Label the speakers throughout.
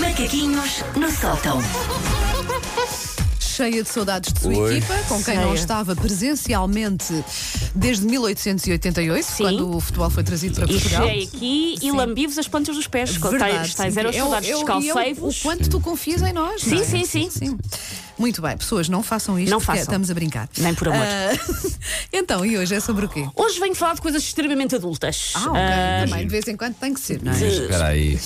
Speaker 1: Macaquinhos no sótão.
Speaker 2: cheia de saudades de sua
Speaker 3: Oi.
Speaker 2: equipa, com quem não
Speaker 1: Cheia.
Speaker 2: estava presencialmente desde 1888,
Speaker 4: Sim.
Speaker 2: quando o futebol foi trazido para
Speaker 4: E
Speaker 2: Portugal.
Speaker 4: cheguei aqui e lambi-vos as plantas dos pés.
Speaker 2: Verdade, É
Speaker 4: Estais
Speaker 2: sim.
Speaker 4: zero as
Speaker 2: Eu-
Speaker 4: saudades,
Speaker 2: eu- e eu- O
Speaker 4: descalcei-vos.
Speaker 2: quanto tu confias em nós.
Speaker 4: Sim,
Speaker 2: não é?
Speaker 4: sim, sim.
Speaker 2: Muito bem, pessoas, não façam isto,
Speaker 4: Não
Speaker 2: porque
Speaker 4: façam.
Speaker 2: estamos a brincar.
Speaker 4: Nem por amor.
Speaker 2: Ah, então, e hoje é sobre o quê?
Speaker 4: Hoje venho falar de coisas extremamente adultas.
Speaker 2: Ah, ok. Também, de vez em quando tem que ser, não é?
Speaker 3: Mas espera aí.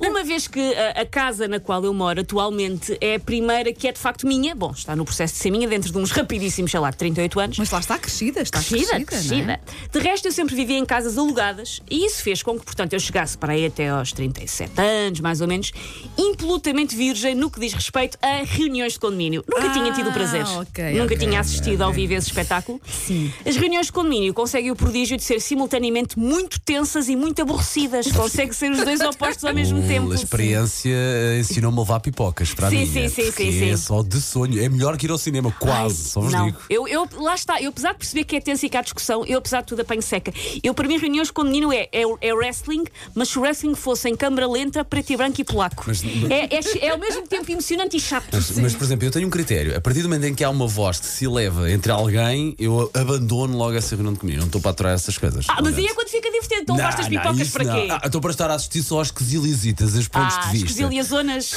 Speaker 4: Uma vez que ah, a, a casa na qual eu moro atualmente é a primeira que é de facto minha, bom, está no processo de ser minha dentro de uns rapidíssimos, sei lá, 38 anos.
Speaker 2: Mas lá está crescida, está
Speaker 4: Crescida,
Speaker 2: crescida. não é?
Speaker 4: crescida. De resto, eu sempre vivia em casas alugadas e isso fez com que, portanto, eu chegasse para aí até aos 37 anos, mais ou menos, impolutamente virgem no que diz respeito a reuniões de condomínio. Nunca
Speaker 2: Ah,
Speaker 4: tinha tido o prazer.
Speaker 2: ok,
Speaker 4: Nunca
Speaker 2: ok,
Speaker 4: tinha assistido ao vivo esse espetáculo. Sim. As reuniões de condomínio conseguem o prodígio de ser simultaneamente muito tensas e muito aborrecidas. Consegue ser os dois opostos ao mesmo tempo.
Speaker 3: Uh, Hum, A experiência eh, ensinou-me a levar pipocas para
Speaker 4: Sim,
Speaker 3: mim.
Speaker 4: sim, sim,
Speaker 3: porque
Speaker 4: sim, sim.
Speaker 3: É só de sonho. É melhor que ir ao cinema, quase. só vos
Speaker 4: não.
Speaker 3: digo.
Speaker 4: Eu, eu- lá está, eu apesar de perceber que é tenso e que há discussão, eu apesar de tudo apanho seca. Eu, para mim, reuniões com o menino é, é, é wrestling, mas se o wrestling fosse em câmara lenta, preto e branco e polaco.
Speaker 3: Mas-
Speaker 4: é, é- é ao mesmo tempo emocionante e chato.
Speaker 3: Mas, mas, por exemplo, eu tenho um critério. A partir do momento em que há uma voz que se eleva entre alguém, eu abandono logo essa reunião de comigo. Não estou para aturar essas coisas.
Speaker 4: ah, mas aí é
Speaker 3: Realmente.
Speaker 4: quando fica divertido, então
Speaker 3: Não,
Speaker 4: levaste as
Speaker 3: não,
Speaker 4: pipocas
Speaker 3: isso
Speaker 4: para
Speaker 3: não.
Speaker 4: quê?
Speaker 3: Ah, Estou para estar a assistir só aos quesilizitas, os pontos
Speaker 4: Ah,
Speaker 3: de
Speaker 4: as
Speaker 3: vista.
Speaker 4: zonas.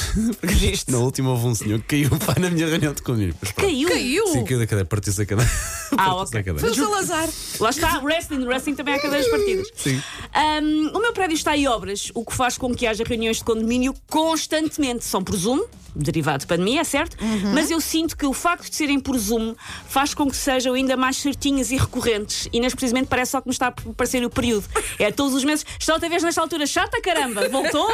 Speaker 3: Na última houve um senhor que caiu pá, na minha reunião de comigo. Mas pronto.
Speaker 4: Caiu.
Speaker 2: Caiu!
Speaker 3: Sim, caiu da cadeira, partiu-se a cadeira.
Speaker 4: Ah,
Speaker 3: Partiu-se a
Speaker 4: ok.
Speaker 3: cadeira.
Speaker 2: Foi o Salazar.
Speaker 4: Lá está, wrestling, wrestling também há cadeiras partidas.
Speaker 3: Sim.
Speaker 4: Ahm, o meu prédio está em obras, o que faz com que haja reuniões de condomínio constantemente. São por Zoom, derivado de pandemia, é certo?
Speaker 2: Uhum.
Speaker 4: Mas eu sinto que o facto de serem por Zoom faz com que sejam ainda mais certinhas e recorrentes. E neste precisamente parece só que me está a parecer o período. É todos os meses. Está outra vez nesta altura chata, caramba! Voltou!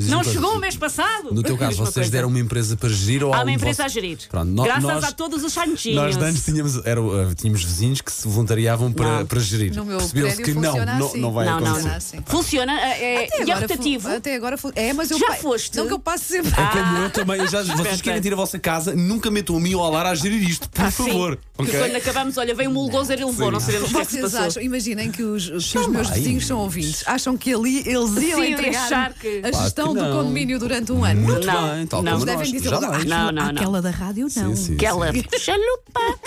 Speaker 4: Não
Speaker 3: então,
Speaker 4: chegou o mês passado!
Speaker 3: No teu caso,
Speaker 4: Mesma
Speaker 3: vocês
Speaker 4: coisa.
Speaker 3: deram uma empresa para gerir ou
Speaker 4: Há
Speaker 3: algum
Speaker 4: uma empresa
Speaker 3: vosso-
Speaker 4: a gerir.
Speaker 3: Pronto, no-
Speaker 4: Graças
Speaker 3: nós,
Speaker 4: a todos os
Speaker 3: Nós
Speaker 4: santinhos.
Speaker 3: de antes tínhamos, era, uh, tínhamos vizinhos que se voluntariavam para,
Speaker 4: Não.
Speaker 3: para gerir.
Speaker 2: No meu
Speaker 3: Percebeu-se
Speaker 2: prédio
Speaker 3: que não,
Speaker 2: funciona
Speaker 3: não,
Speaker 2: assim.
Speaker 3: não vai
Speaker 4: Não, não,
Speaker 3: acontecer.
Speaker 4: não.
Speaker 2: Sim.
Speaker 4: Funciona é, é- e
Speaker 2: Até
Speaker 4: é
Speaker 2: agora fu-
Speaker 4: rotativo.
Speaker 2: Até agora fu- É, mas eu
Speaker 4: Já
Speaker 2: pa-
Speaker 4: foste? Ah,
Speaker 2: Não que eu passo sempre.
Speaker 3: É como eu também. eu Já, vocês
Speaker 4: Espera.
Speaker 3: querem ter a vossa casa, nunca metam a mim ou a Lara a gerir isto, por
Speaker 4: Ah, sim.
Speaker 3: favor.
Speaker 4: Que
Speaker 3: ok?
Speaker 4: quando acabamos, olha, veio um bulldozer e levou, não sabemos o que é que se
Speaker 2: Vocês
Speaker 4: passou.
Speaker 2: acham, imaginem que os, que os meus
Speaker 3: lá
Speaker 2: vizinhos
Speaker 3: aí.
Speaker 2: são ouvintes, acham que ali eles iam
Speaker 4: Sim,
Speaker 2: entregar
Speaker 4: achar que-
Speaker 2: a
Speaker 4: Claro
Speaker 2: gestão
Speaker 3: que
Speaker 2: do
Speaker 3: não.
Speaker 2: condomínio durante um ano. Não,
Speaker 3: Muito
Speaker 4: Não,
Speaker 3: bem, tal
Speaker 4: não.
Speaker 3: como
Speaker 4: Mas
Speaker 3: nós.
Speaker 2: devem dizer logo,
Speaker 3: Jamais.
Speaker 4: Não, não, não.
Speaker 2: aquela da rádio não.
Speaker 3: Sim, sim,
Speaker 4: Aquela chalupa.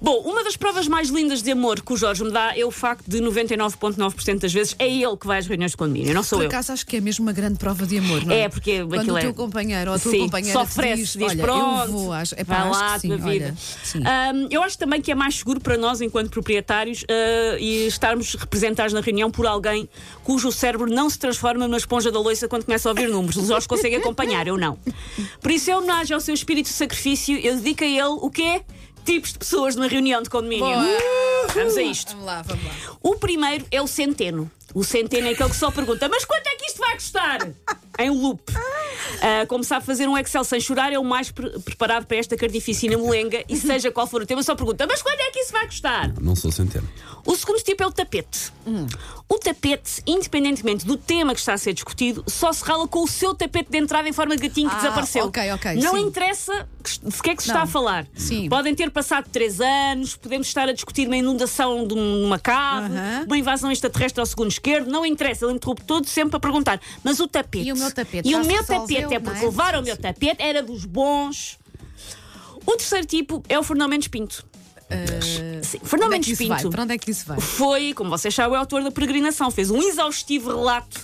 Speaker 4: Bom, uma das provas mais lindas de amor que o Jorge me dá é o facto de 99,9% das vezes é ele que vai às reuniões de condomínio, não sou
Speaker 2: Por
Speaker 4: eu.
Speaker 2: acaso acho que é mesmo uma grande prova de amor, não é?
Speaker 4: É, porque
Speaker 2: Quando
Speaker 4: aquilo
Speaker 2: o teu
Speaker 4: é-
Speaker 2: companheiro ou a tua
Speaker 4: Sim,
Speaker 2: companheira
Speaker 4: se
Speaker 2: te
Speaker 4: oferece, diz,
Speaker 2: olha,
Speaker 4: pronto,
Speaker 2: eu vou às... Epá,
Speaker 4: vai
Speaker 2: acho
Speaker 4: lá
Speaker 2: que
Speaker 4: a
Speaker 2: sim,
Speaker 4: tua
Speaker 2: olha,
Speaker 4: vida.
Speaker 2: sim.
Speaker 4: Ahm, eu acho também que é mais seguro para nós, enquanto proprietários, ah, e estarmos representados na reunião por alguém cujo cérebro não se transforma numa esponja da loiça quando começa a ouvir números. Os olhos conseguem acompanhar, eu não. Por isso, em homenagem ao seu espírito de sacrifício, eu dedico a ele o quê? Tipos de pessoas numa reunião de condomínio.
Speaker 2: Boa.
Speaker 4: Vamos a isto.
Speaker 2: Vamos lá, vamos lá.
Speaker 4: O primeiro é o centeno. O centeno é aquele que só pergunta: mas quanto é que isto vai custar? Em loop. Ah, como sabe, fazer um Excel sem chorar é o mais pre- preparado para esta cardificina molenga e seja qual for o tema, só pergunta: mas quanto é que isso vai custar?
Speaker 3: Não sou centeno.
Speaker 4: O segundo tipo é o tapete.
Speaker 2: Hum.
Speaker 4: O tapete, independentemente do tema que está a ser discutido, só se rala com o seu tapete de entrada em forma de gatinho que
Speaker 2: Ah,
Speaker 4: desapareceu.
Speaker 2: ok, ok,
Speaker 4: Não
Speaker 2: sim.
Speaker 4: interessa que- de que é que se
Speaker 2: Não.
Speaker 4: está a falar.
Speaker 2: Sim.
Speaker 4: Podem ter passado três anos, podemos estar a discutir uma inundação de um- uma cave,
Speaker 2: Aham.
Speaker 4: uma invasão extraterrestre ao segundo esquerdo, não interessa. Ele interrompe todo sempre a perguntar. Mas o tapete.
Speaker 2: E o meu tapete?
Speaker 4: E
Speaker 2: Já
Speaker 4: o
Speaker 2: se
Speaker 4: meu
Speaker 2: resolveu,
Speaker 4: tapete é
Speaker 2: não
Speaker 4: porque
Speaker 2: é?
Speaker 4: levaram o meu tapete, era dos bons. O terceiro tipo é o Fernão Mendes Pinto. Sim, Fernão
Speaker 2: Onde é que
Speaker 4: Mendes
Speaker 2: isso vai?
Speaker 4: Pinto
Speaker 2: Para onde é que isso vai?
Speaker 4: foi, como vocês sabem, o autor da peregrinação. Fez um exaustivo relato,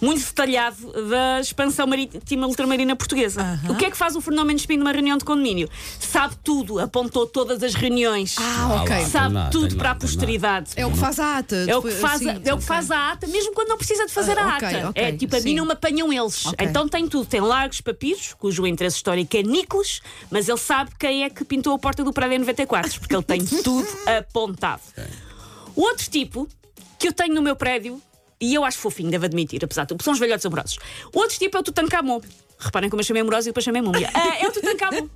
Speaker 4: muito detalhado, da expansão marítima ultramarina portuguesa. O que é que faz o Fernão Mendes Pinto numa reunião de condomínio? Sabe tudo, apontou todas as reuniões.
Speaker 2: Ah, ok.
Speaker 3: lá.
Speaker 4: Sabe
Speaker 3: Tem lá,
Speaker 4: tudo
Speaker 3: tem
Speaker 4: para
Speaker 3: lá,
Speaker 4: a
Speaker 3: tem lá.
Speaker 4: posteridade.
Speaker 2: É o que faz a ata.
Speaker 4: É o que
Speaker 2: depois-
Speaker 4: faz,
Speaker 2: sim,
Speaker 4: a, é o que
Speaker 2: ok.
Speaker 4: faz a ata, mesmo quando não precisa de fazer
Speaker 2: Ah,
Speaker 4: a
Speaker 2: ok,
Speaker 4: ata.
Speaker 2: ok,
Speaker 4: é tipo, a
Speaker 2: sim.
Speaker 4: mim não me apanham eles.
Speaker 2: Ok.
Speaker 4: Então tem tudo. Tem largos papiros, cujo interesse histórico é Nicolas, mas ele sabe quem é que pintou a porta do prédio em 94, porque ele tem tudo apontado. O outro tipo que eu tenho no meu prédio, e eu acho fofinho, devo admitir, apesar de são os velhotes amorosos. O outro tipo é o Tutankamon. Reparem como eu chamei amorosa e depois chamei múmia. Ah, é o Tutankamon,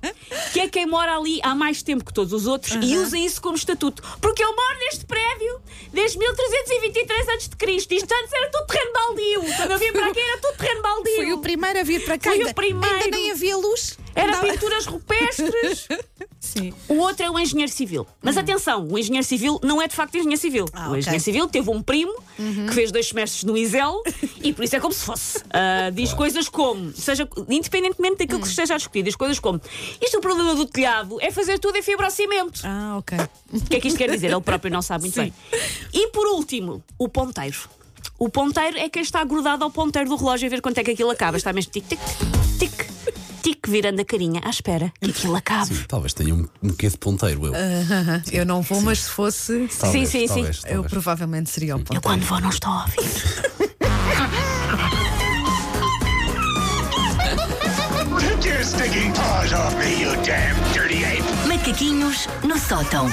Speaker 4: que é quem mora ali há mais tempo que todos os outros e usa isso como estatuto. Porque eu moro neste prédio desde 1323 a.C. Isto antes era tudo terreno baldio. Quando eu vim para aqui era tudo terreno baldio.
Speaker 2: Foi o primeiro a vir para cá.
Speaker 4: Foi o
Speaker 2: ainda,
Speaker 4: primeiro.
Speaker 2: Ainda nem havia luz.
Speaker 4: Era
Speaker 2: Andava-
Speaker 4: pinturas rupestres.
Speaker 1: Sim.
Speaker 4: O outro é o engenheiro civil. Mas atenção, o engenheiro civil não é de facto engenheiro civil.
Speaker 1: Hum. Ah,
Speaker 4: o
Speaker 1: ok. Uhum.
Speaker 4: engenheiro civil teve um primo que fez dois semestres no ISEL e por isso é como se fosse. Ah, diz coisas como, seja, independentemente daquilo
Speaker 1: Hum.
Speaker 4: que se esteja a discutir, diz coisas como: isto é o problema do telhado, é fazer tudo em fibrocimento.
Speaker 1: Ah, ok.
Speaker 4: O que é que isto quer dizer? Ele próprio não sabe muito
Speaker 1: Sim.
Speaker 4: bem. E por último, o ponteiro. O ponteiro é quem está grudado ao ponteiro do relógio a ver quanto é que aquilo acaba. Está mesmo tic-tic, tic, tic, virando a carinha à espera que aquilo acabe.
Speaker 3: Talvez tenha um, um quê de ponteiro, eu.
Speaker 2: Ah, Eu não vou, mas se fosse,
Speaker 3: Talvez,
Speaker 4: Ah. sim, sim.
Speaker 3: talvez,
Speaker 2: eu
Speaker 3: talvez.
Speaker 2: provavelmente seria o
Speaker 4: Eu
Speaker 2: ponto.
Speaker 4: quando vou não estou a ouvir.
Speaker 5: Take your stinking paws off me, you damn dirty ape!
Speaker 6: Macaquinhos no sótão.